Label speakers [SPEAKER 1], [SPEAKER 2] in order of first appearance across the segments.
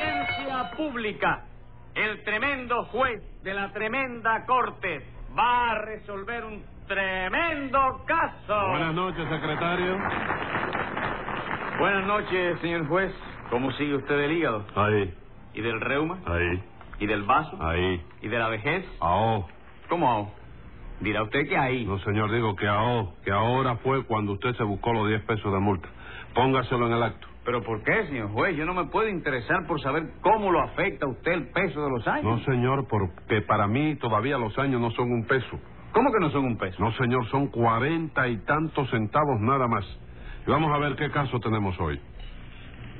[SPEAKER 1] entrada pública. El tremendo juez de la tremenda corte va a resolver un tremendo caso.
[SPEAKER 2] Buenas noches, secretario.
[SPEAKER 3] Buenas noches, señor juez. ¿Cómo sigue usted del hígado?
[SPEAKER 2] Ahí,
[SPEAKER 3] ¿Y del reuma?
[SPEAKER 2] ahí,
[SPEAKER 3] ¿Y del vaso?
[SPEAKER 2] ahí.
[SPEAKER 3] ¿Y de la vejez?
[SPEAKER 2] Ahó.
[SPEAKER 3] ¿Cómo hago? Dirá usted que ahí.
[SPEAKER 2] No, señor, digo que ahó, que ahora fue cuando usted se buscó los 10 pesos de multa. Póngaselo en el acto.
[SPEAKER 3] ¿Pero por qué, señor juez? Yo no me puedo interesar por saber cómo lo afecta a usted el peso de los
[SPEAKER 2] No,
[SPEAKER 3] años.
[SPEAKER 2] señor, porque para mí todavía los años no son un peso.
[SPEAKER 3] ¿Cómo que no son un peso?
[SPEAKER 2] No, señor, son cuarenta y tantos centavos nada más. Y vamos a ver qué caso tenemos hoy.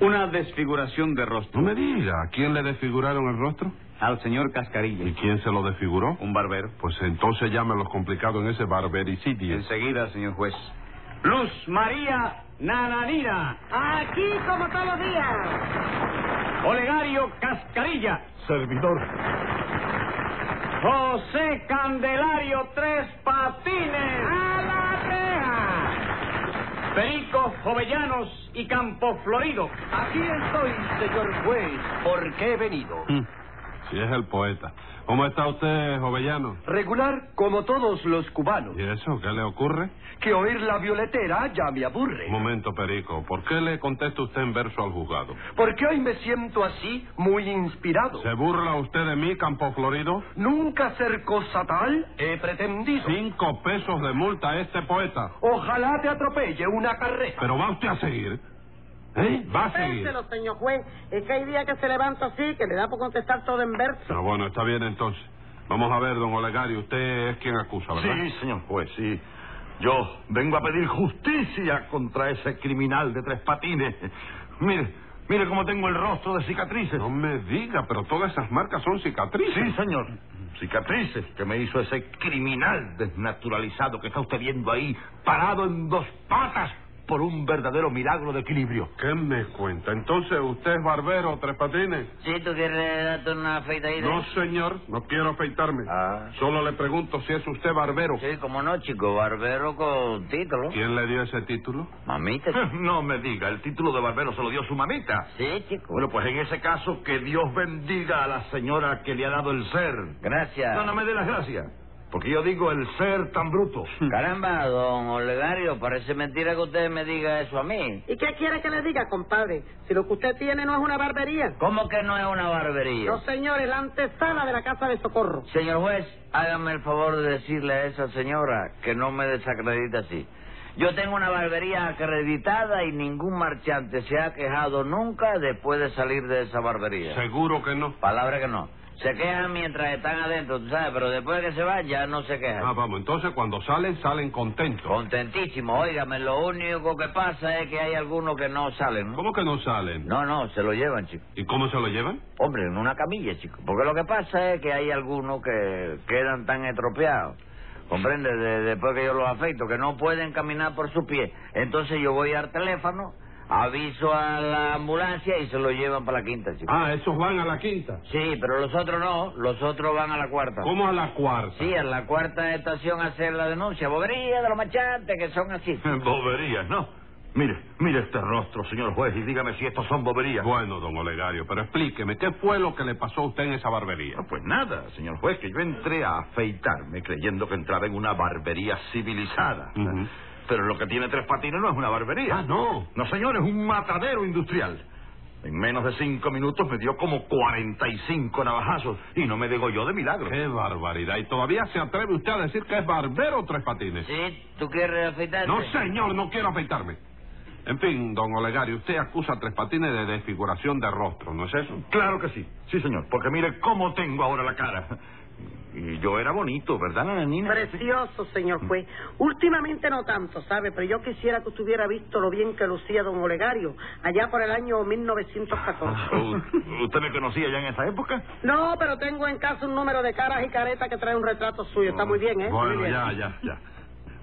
[SPEAKER 3] Una desfiguración de rostro.
[SPEAKER 2] No me diga, ¿a quién le desfiguraron el rostro?
[SPEAKER 3] Al señor
[SPEAKER 2] ¿Y
[SPEAKER 3] Cascarilla.
[SPEAKER 2] quién se lo desfiguró?
[SPEAKER 3] Un barbero.
[SPEAKER 2] Pues entonces llámelo complicado en ese barbericidio.
[SPEAKER 3] Enseguida, señor juez.
[SPEAKER 1] Luz María Nananina.
[SPEAKER 4] Aquí como todos los días.
[SPEAKER 1] Olegario Cascarilla.
[SPEAKER 5] Servidor.
[SPEAKER 1] José Candelario Tres Patines.
[SPEAKER 4] ¡A la reja!
[SPEAKER 1] Perico Jovellanos y Campo Florido.
[SPEAKER 5] Aquí estoy, señor juez. ¿Por qué he venido?
[SPEAKER 2] Mm, Si es el poeta. ¿Cómo está usted, Jovellano?
[SPEAKER 5] Regular como todos los cubanos.
[SPEAKER 2] ¿Y eso? ¿Qué le ocurre?
[SPEAKER 5] Que oír la violetera ya me aburre.
[SPEAKER 2] Un momento, Perico. ¿Por qué le contesta usted en verso al juzgado?
[SPEAKER 5] Porque hoy me siento así, muy inspirado.
[SPEAKER 2] ¿Se burla usted de mí, Campo Florido?
[SPEAKER 5] Nunca hacer cosa tal he pretendido.
[SPEAKER 2] Cinco pesos de multa a este poeta.
[SPEAKER 5] Ojalá te atropelle una carreta.
[SPEAKER 2] Pero va usted a seguir. ¿Eh? Va a seguir.
[SPEAKER 4] Pénselo, señor juez. Es que hay días que se levanta así, que le da por contestar todo en verso.
[SPEAKER 2] Ah, bueno, está bien entonces. Vamos a ver, don Olegario, usted es quien acusa, ¿verdad?
[SPEAKER 6] Sí, señor juez, sí. Yo vengo a pedir justicia contra ese criminal de tres patines. Mire, mire cómo tengo el rostro de cicatrices.
[SPEAKER 2] No me diga, pero todas esas marcas son cicatrices.
[SPEAKER 6] Sí, señor. Cicatrices que me hizo ese criminal desnaturalizado que está usted viendo ahí, parado en dos patas por un verdadero milagro de equilibrio.
[SPEAKER 2] ¿Qué me cuenta? Entonces, ¿usted es barbero, tres patines?
[SPEAKER 7] Sí, tú quieres darte una afeitadita.
[SPEAKER 2] No, señor, no quiero afeitarme.
[SPEAKER 7] Ah.
[SPEAKER 2] Solo le pregunto si es usted barbero.
[SPEAKER 7] Sí, como no, chico, barbero con título.
[SPEAKER 2] ¿Quién le dio ese título?
[SPEAKER 7] Mamita.
[SPEAKER 6] Eh, No me diga, el título de barbero se lo dio su mamita.
[SPEAKER 7] sí, chico.
[SPEAKER 6] Bueno, pues en ese caso, que Dios bendiga a la señora que le ha dado el ser.
[SPEAKER 7] Gracias.
[SPEAKER 6] No, no me dé las gracias. Porque yo digo el ser tan bruto.
[SPEAKER 2] Mm.
[SPEAKER 7] Caramba, don Olegario, parece mentira que usted me diga eso a mí.
[SPEAKER 4] ¿Y qué quiere que le diga, compadre? Si lo que usted tiene no es una barbería.
[SPEAKER 7] ¿Cómo que no es una barbería?
[SPEAKER 4] No, señor, es la antesala de la casa de socorro.
[SPEAKER 7] Señor juez, hágame el favor de decirle a esa señora que no me desacredite así. Yo tengo una barbería acreditada y ningún marchante se ha quejado nunca después de salir de esa barbería.
[SPEAKER 2] Seguro que no.
[SPEAKER 7] Palabra que no. Se quejan mientras están adentro, tú sabes, pero después de que se van ya no se quejan.
[SPEAKER 2] Ah, vamos, entonces cuando salen, salen contentos.
[SPEAKER 7] Contentísimo, óigame, lo único que pasa es que hay algunos que no salen. ¿no?
[SPEAKER 2] ¿Cómo que no salen?
[SPEAKER 7] No, no, se lo llevan, chico.
[SPEAKER 2] ¿Y cómo se lo llevan?
[SPEAKER 7] Hombre, en una camilla, chico. Porque lo que pasa es que hay algunos que quedan tan estropeados. Comprende, De- después que yo los afeito, que no pueden caminar por su pie. Entonces yo voy al teléfono, aviso a la ambulancia y se lo llevan para la quinta, chico.
[SPEAKER 2] Ah, esos van a la quinta.
[SPEAKER 7] Sí, pero los otros no, los otros van a la cuarta.
[SPEAKER 2] ¿Cómo a la cuarta?
[SPEAKER 7] Sí, en la cuarta estación hacer la denuncia. Bobería de los machantes que son así.
[SPEAKER 6] Boberías, ¿no? Mire, mire este rostro, señor juez, y dígame si estos son boberías.
[SPEAKER 2] Bueno, don Olegario, pero explíqueme, ¿qué fue lo que le pasó a usted en esa barbería?
[SPEAKER 6] No, pues nada, señor juez, que yo entré a afeitarme creyendo que entraba en una barbería civilizada.
[SPEAKER 2] Ujú.
[SPEAKER 6] Pero lo que tiene tres patines no es una barbería.
[SPEAKER 2] Ah, no.
[SPEAKER 6] No, señor, es un matadero industrial. En menos de cinco minutos me dio como 45 navajazos y no me degolló de milagro.
[SPEAKER 2] ¡Qué barbaridad! Y todavía se atreve usted a decir que es barbero tres patines.
[SPEAKER 7] Sí, ¿tú quieres afeitarte?
[SPEAKER 2] No, señor, no quiero afeitarme. En fin, don Olegario, usted acusa a tres patines de desfiguración de rostro, ¿no es eso?
[SPEAKER 6] Claro que sí, sí, señor, porque mire cómo tengo ahora la cara. Y yo era bonito, ¿verdad, Nina?
[SPEAKER 4] Precioso, señor juez. Últimamente no tanto, ¿sabe? Pero yo quisiera que usted hubiera visto lo bien que lucía don Olegario allá por el año
[SPEAKER 2] Oh,
[SPEAKER 4] 1914.
[SPEAKER 6] U- Ah, ¿Usted me conocía ya en esa época?
[SPEAKER 4] No, pero tengo en casa un número de caras y caretas que trae un retrato suyo. Está muy bien, ¿eh? Muy
[SPEAKER 2] Bueno,
[SPEAKER 4] bien.
[SPEAKER 2] ya, ya, ya.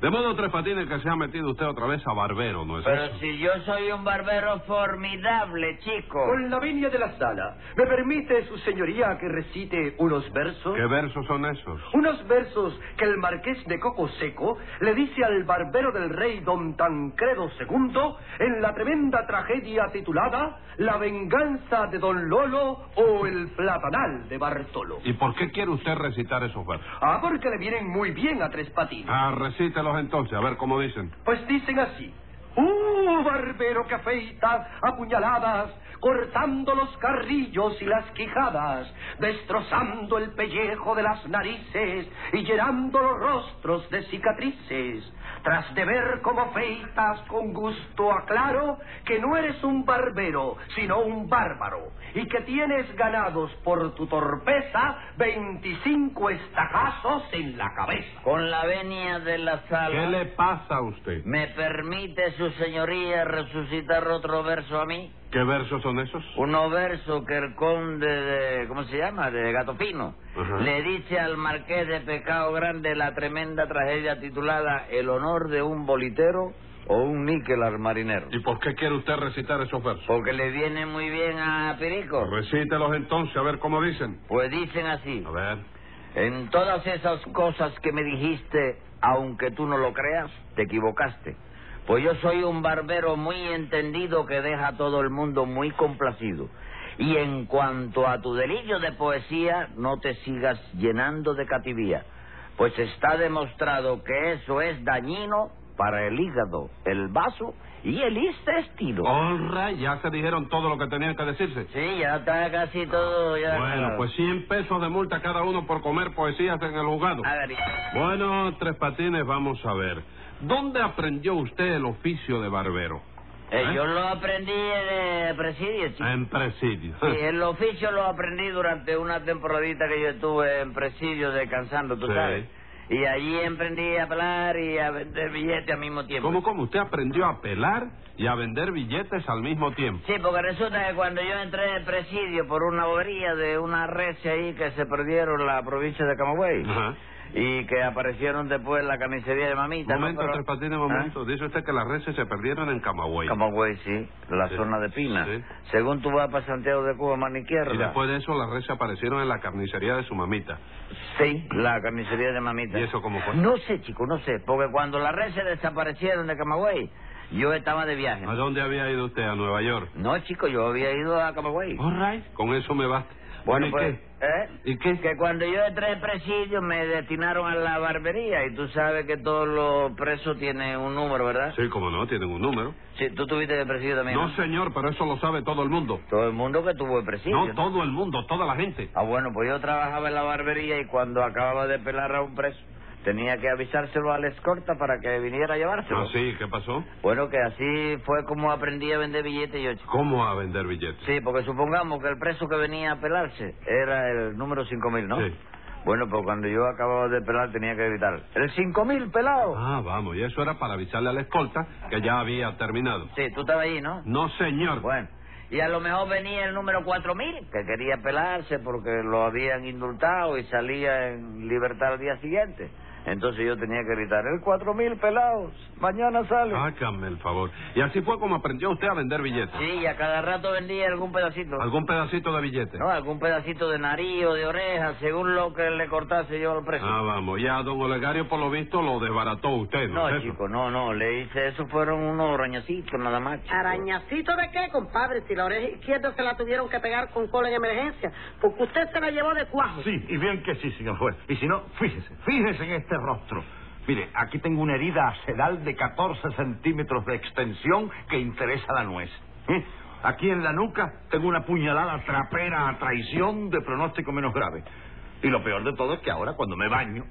[SPEAKER 2] De modo, Tres Patines, que se ha metido usted otra vez a barbero, ¿no es
[SPEAKER 7] Pero
[SPEAKER 2] eso?
[SPEAKER 7] si yo soy un barbero formidable, chico.
[SPEAKER 5] Con la venia de la sala, ¿me permite su señoría que recite unos versos?
[SPEAKER 2] ¿Qué versos son esos?
[SPEAKER 5] Unos versos que el marqués de Coco Seco le dice al barbero del rey don Tancredo II en la tremenda tragedia titulada La venganza de don Lolo o el platanal de Bartolo.
[SPEAKER 2] ¿Y por qué quiere usted recitar esos versos?
[SPEAKER 5] Ah, porque le vienen muy bien a Tres Patines.
[SPEAKER 2] Ah, recítelos entonces, a ver cómo dicen.
[SPEAKER 5] Pues dicen así. ¡Uh, barbero que afeitas a puñaladas, cortando los carrillos y las quijadas, destrozando el pellejo de las narices y llenando los rostros de cicatrices! Tras de ver cómo afeitas con gusto aclaro que no eres un barbero, sino un bárbaro, y que tienes ganados por tu torpeza 25 estacazos en la cabeza.
[SPEAKER 7] Con la venia de la sala.
[SPEAKER 2] ¿Qué le pasa a usted?
[SPEAKER 7] ¿Me permite su señoría resucitar otro verso a mí?
[SPEAKER 2] ¿Qué versos son esos?
[SPEAKER 7] Uno verso que el conde de... ¿Cómo se llama? De Gato Fino.
[SPEAKER 2] Ajá.
[SPEAKER 7] Le dice al marqués de Pecado Grande la tremenda tragedia titulada El honor de un bolitero o un níquel al marinero.
[SPEAKER 2] ¿Y por qué quiere usted recitar esos versos?
[SPEAKER 7] Porque le viene muy bien a Perico.
[SPEAKER 2] Recítelos entonces, a ver cómo dicen.
[SPEAKER 7] Pues dicen así.
[SPEAKER 2] A ver.
[SPEAKER 7] En todas esas cosas que me dijiste, aunque tú no lo creas, te equivocaste. Pues yo soy un barbero muy entendido que deja a todo el mundo muy complacido. Y en cuanto a tu delirio de poesía, no te sigas llenando de cativía, pues está demostrado que eso es dañino para el hígado, el vaso y el intestino.
[SPEAKER 2] Oh. Honra, ya se dijeron todo lo que tenían que decirse.
[SPEAKER 7] Sí, ya está casi todo. Ya
[SPEAKER 2] Bueno, pues 100 pesos de multa cada uno por comer poesías en el juzgado.
[SPEAKER 7] A ver,
[SPEAKER 2] Bueno, Tres Patines, vamos a ver. ¿Dónde aprendió usted el oficio de barbero?
[SPEAKER 7] eh,
[SPEAKER 2] ¿Eh?
[SPEAKER 7] yo lo aprendí de presidio, chico.
[SPEAKER 2] En presidio.
[SPEAKER 7] Sí, el oficio lo aprendí durante una temporadita que yo estuve en presidio descansando, tú
[SPEAKER 2] Sí.
[SPEAKER 7] sabes. Y allí emprendí a hablar y a vender billetes al mismo tiempo.
[SPEAKER 2] ¿Cómo, cómo? Usted aprendió a pelar y a vender billetes al mismo tiempo.
[SPEAKER 7] Sí, porque resulta que cuando yo entré en presidio por una bobería de una red ahí que se perdieron en la provincia de Camagüey
[SPEAKER 2] Ajá.
[SPEAKER 7] y que aparecieron después en la carnicería de mamita. ¿no?
[SPEAKER 2] Momento,
[SPEAKER 7] Pero-
[SPEAKER 2] Tres Patines, momento.
[SPEAKER 7] Ah.
[SPEAKER 2] Dice usted que las reses se perdieron en Camagüey.
[SPEAKER 7] Camagüey, sí, la
[SPEAKER 2] Sí.
[SPEAKER 7] zona de Pina.
[SPEAKER 2] Sí.
[SPEAKER 7] Según tú vas para Santiago de Cuba, mano izquierda.
[SPEAKER 2] Y después de eso las reses aparecieron en la carnicería de su mamita.
[SPEAKER 7] Sí, la carnicería de mamita.
[SPEAKER 2] ¿Y eso cómo fue?
[SPEAKER 7] No sé, chico, no sé, porque cuando las reses desaparecieron de Camagüey, yo estaba de viaje.
[SPEAKER 2] ¿A dónde había ido usted? ¿A Nueva York?
[SPEAKER 7] No, chico, yo había ido a Camagüey.
[SPEAKER 2] All right. Con eso me basta. Ah, ¿y
[SPEAKER 7] pues,
[SPEAKER 2] qué?
[SPEAKER 7] ¿eh?
[SPEAKER 2] ¿Y qué?
[SPEAKER 7] Que cuando yo entré en presidio me destinaron a la barbería y tú sabes que todos los presos tienen un número, ¿verdad?
[SPEAKER 2] Sí, como no, tienen un número.
[SPEAKER 7] Sí, tú tuviste de presidio también.
[SPEAKER 2] No, señor, pero eso lo sabe todo el mundo.
[SPEAKER 7] Todo el mundo que tuvo el presidio.
[SPEAKER 2] No todo el mundo, toda la gente.
[SPEAKER 7] Ah, bueno, pues yo trabajaba en la barbería y cuando acababa de pelar a un preso, tenía que avisárselo a la escorta para que viniera a llevárselo.
[SPEAKER 2] Ah, sí, ¿qué pasó?
[SPEAKER 7] Bueno, que así fue como aprendí a vender billetes yo, chico.
[SPEAKER 2] ¿Cómo a vender billetes?
[SPEAKER 7] Sí, porque supongamos que el preso que venía a pelarse era el número 5000, ¿no?
[SPEAKER 2] Sí.
[SPEAKER 7] Bueno, pues cuando yo acababa de pelar tenía que evitar. ¡El 5000, pelado!
[SPEAKER 2] Ah, vamos, y eso era para avisarle a la escolta que ya había terminado.
[SPEAKER 7] Sí, tú estabas ahí, ¿no?
[SPEAKER 2] No, señor.
[SPEAKER 7] Bueno. Y a lo mejor venía el número 4000, que quería pelarse porque lo habían indultado y salía en libertad al día siguiente. Entonces yo tenía que gritar, el 4000, pelados, mañana sale.
[SPEAKER 2] Hágame el favor. Y así fue como aprendió usted a vender billetes.
[SPEAKER 7] Sí, y a cada rato vendía algún pedacito.
[SPEAKER 2] ¿Algún pedacito de billete?
[SPEAKER 7] No, algún pedacito de nariz o de oreja, según lo que le cortase yo al preso.
[SPEAKER 2] Ah, vamos, ya don Olegario por lo visto lo desbarató usted, ¿no,
[SPEAKER 7] no,
[SPEAKER 2] es eso?
[SPEAKER 7] chico, no, no, le hice eso, fueron unos arañacitos nada más. chico.
[SPEAKER 4] ¿Arañacito de qué, compadre? Si la oreja izquierda se la tuvieron que pegar con cola en emergencia, porque usted se la llevó de cuajo.
[SPEAKER 6] Sí, y bien que sí, señor juez. Y si no, fíjese, fíjese en este rostro. Mire, aquí tengo una herida acedal de 14 centímetros de extensión que interesa la nuez. ¿Eh? Aquí en la nuca tengo una puñalada trapera a traición de pronóstico menos grave. Y lo peor de todo es que ahora, cuando me baño,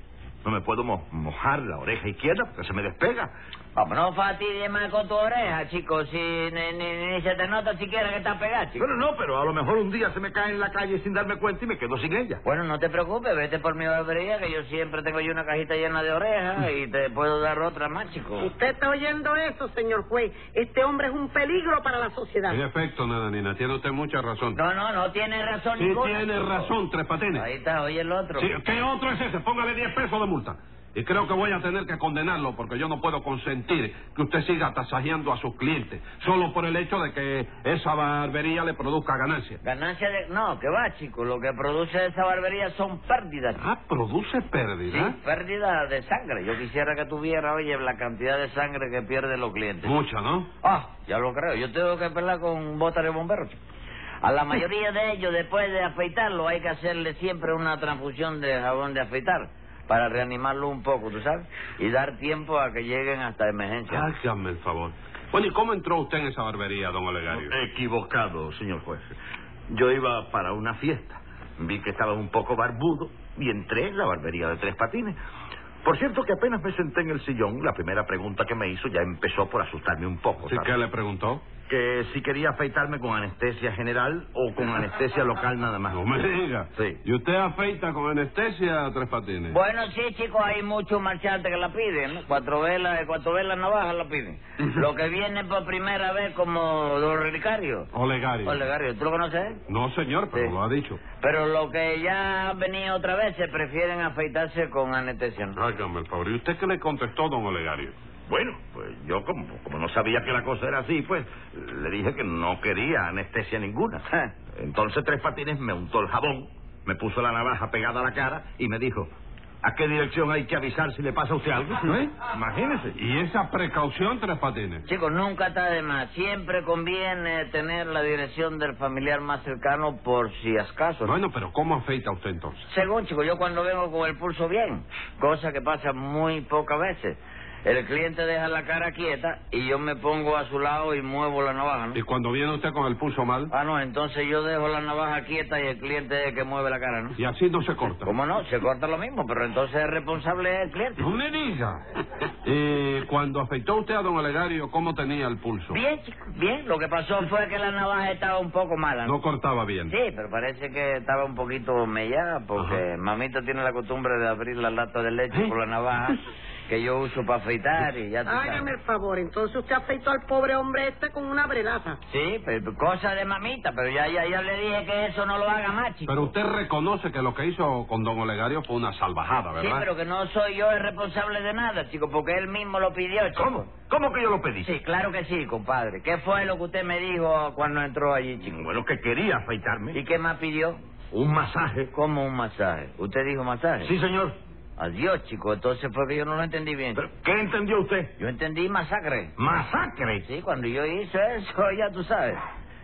[SPEAKER 6] no me puedo mo- mojar la oreja izquierda porque se me despega.
[SPEAKER 7] Vamos, no fastidie más con tu oreja, chico, si ni, ni- ni se te nota siquiera que está pegada, chico.
[SPEAKER 6] Bueno, no, pero a lo mejor un día se me cae en la calle sin darme cuenta y me quedo sin ella.
[SPEAKER 7] Bueno, no te preocupes, vete por mi barbería, que yo siempre tengo yo una cajita llena de orejas y te puedo dar otra más, chico.
[SPEAKER 4] ¿Usted está oyendo eso, señor juez? Este hombre es un peligro para la sociedad.
[SPEAKER 2] En efecto, Nananina, tiene usted mucha razón.
[SPEAKER 7] No, no, no tiene razón
[SPEAKER 2] sí
[SPEAKER 7] ninguna,
[SPEAKER 2] tiene
[SPEAKER 7] chico.
[SPEAKER 2] razón, Tres Patines.
[SPEAKER 7] Ahí está, oye el otro.
[SPEAKER 2] Sí, ¿Qué otro es ese? Póngale 10 pesos de multa. Y creo que voy a tener que condenarlo porque yo no puedo consentir que usted siga atasajeando a sus clientes solo por el hecho de que esa barbería le produzca ganancias.
[SPEAKER 7] Ganancia de... No, que va, chico. Lo que produce esa barbería son pérdidas. chico.
[SPEAKER 2] Ah, produce
[SPEAKER 7] Sí,
[SPEAKER 2] pérdida.
[SPEAKER 7] pérdida de sangre. Yo quisiera que tuviera, oye, la cantidad de sangre que pierden los clientes.
[SPEAKER 2] Mucha, ¿no?
[SPEAKER 7] Ah, ya lo creo. Yo tengo que pelear con botas de bomberos. A la mayoría de ellos, después de afeitarlo, hay que hacerle siempre una transfusión de jabón de afeitar para reanimarlo un poco, ¿tú sabes? Y dar tiempo a que lleguen hasta emergencia.
[SPEAKER 2] Hágame el favor. Bueno, ¿y cómo entró usted en esa barbería, don Olegario?
[SPEAKER 6] Eh, Equivocado, señor juez. Yo iba para una fiesta. Vi que estaba un poco barbudo y entré en la barbería de Tres Patines. Por cierto que apenas me senté en el sillón, la primera pregunta que me hizo ya empezó por asustarme un poco.
[SPEAKER 2] ¿Sí
[SPEAKER 6] ¿sabes?
[SPEAKER 2] que le preguntó?
[SPEAKER 6] Que si quería afeitarme con anestesia general o con anestesia local nada más.
[SPEAKER 2] No me diga.
[SPEAKER 6] Ah, Sí.
[SPEAKER 2] ¿Y usted afeita con anestesia tres patines?
[SPEAKER 7] Bueno, sí, chicos, hay muchos marchantes que la piden, ¿no? Cuatro velas, eh, cuatro velas navajas la piden. Lo que viene por primera vez como don Ricario.
[SPEAKER 2] Olegario.
[SPEAKER 7] Olegario, ¿tú lo conoces?
[SPEAKER 2] No, señor, pero
[SPEAKER 7] Sí.
[SPEAKER 2] lo ha dicho.
[SPEAKER 7] Pero lo que ya han venido otra vez se prefieren afeitarse con anestesia. ¿no?
[SPEAKER 2] Hágame el favor. ¿Y usted qué le contestó, don Olegario?
[SPEAKER 6] Bueno, pues yo como, como no sabía que la cosa era así, pues le dije que no quería anestesia ninguna. Entonces Tres Patines me untó el jabón, me puso la navaja pegada a la cara y me dijo, ¿a qué dirección hay que avisar si le pasa a usted algo?
[SPEAKER 2] ¿Eh?
[SPEAKER 6] Imagínese.
[SPEAKER 2] ¿Y esa precaución, tres patines?
[SPEAKER 7] Chicos, nunca está de más. Siempre conviene tener la dirección del familiar más cercano por si acaso.
[SPEAKER 2] Bueno, pero ¿cómo afeita usted entonces?
[SPEAKER 7] Según, chicos, yo cuando vengo con el pulso bien, cosa que pasa muy pocas veces, el cliente deja la cara quieta y yo me pongo a su lado y muevo la navaja, ¿no?
[SPEAKER 2] ¿Y cuando viene usted con el pulso mal?
[SPEAKER 7] Ah, no, entonces yo dejo la navaja quieta y el cliente es el que mueve la cara, ¿no?
[SPEAKER 2] Y así no se corta.
[SPEAKER 7] ¿Cómo no? Se corta lo mismo, pero entonces el responsable es el cliente.
[SPEAKER 2] No me diga. Eh, cuando afeitó usted a don Olegario, ¿cómo tenía el pulso?
[SPEAKER 7] Bien, chicos, bien. Lo que pasó fue que la navaja estaba un poco mala, ¿no?
[SPEAKER 2] No cortaba bien.
[SPEAKER 7] Sí, pero parece que estaba un poquito mellada porque mamita tiene la costumbre de abrir la lata de leche con la navaja que yo uso para afeitar y ya tú sabes.
[SPEAKER 4] Hágame el favor, entonces usted afeitó al pobre hombre este con una brelaza.
[SPEAKER 7] Sí, pero cosa de mamita, pero ya, ya, ya le dije que eso no lo haga más, chico.
[SPEAKER 2] Pero usted reconoce que lo que hizo con don Olegario fue una salvajada,
[SPEAKER 7] Sí,
[SPEAKER 2] ¿verdad?
[SPEAKER 7] pero que no soy yo el responsable de nada, chico, porque él mismo lo pidió, chico.
[SPEAKER 6] ¿Cómo? ¿Cómo que yo lo pedí?
[SPEAKER 7] Sí, claro que sí, compadre. ¿Qué fue lo que usted me dijo cuando entró allí, chico?
[SPEAKER 6] Bueno, que quería afeitarme.
[SPEAKER 7] ¿Y qué más pidió?
[SPEAKER 6] Un masaje.
[SPEAKER 7] ¿Cómo un masaje? ¿Usted dijo masaje?
[SPEAKER 6] Sí, señor.
[SPEAKER 7] Adiós, chico, entonces fue que yo no lo entendí bien.
[SPEAKER 6] Pero, ¿Qué entendió usted?
[SPEAKER 7] Yo entendí masacre.
[SPEAKER 6] Masacre.
[SPEAKER 7] Sí, cuando yo hice eso, ya tú sabes.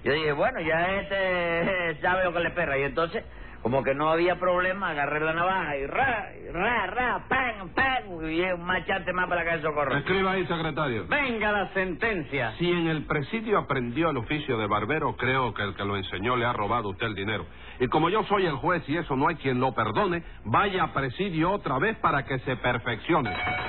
[SPEAKER 7] Yo dije, bueno, ya este eh, sabe lo que le perra. Y entonces, como que no había problema, agarré la navaja y ra, y ra, ra, pan, pan. Y un machante más para la calle de socorro.
[SPEAKER 2] Escriba ahí, secretario.
[SPEAKER 1] Venga la sentencia.
[SPEAKER 2] Si en el presidio aprendió el oficio de barbero, creo que el que lo enseñó le ha robado a usted el dinero. Y como yo soy el juez y eso no hay quien lo perdone, vaya a presidio otra vez para que se perfeccione.